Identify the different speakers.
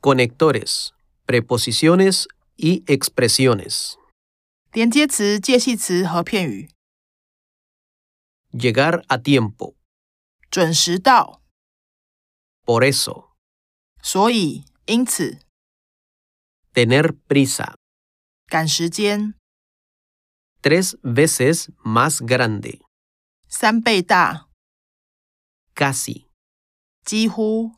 Speaker 1: Conectores, preposiciones y expresiones.
Speaker 2: 连接词、介系词和片语。
Speaker 1: Llegar a tiempo.
Speaker 2: 准时到，
Speaker 1: Por eso.
Speaker 2: 所以因此
Speaker 1: Tener prisa.
Speaker 2: 赶时间，
Speaker 1: Tres veces más grande.
Speaker 2: 三倍大，
Speaker 1: Casi.
Speaker 2: 几乎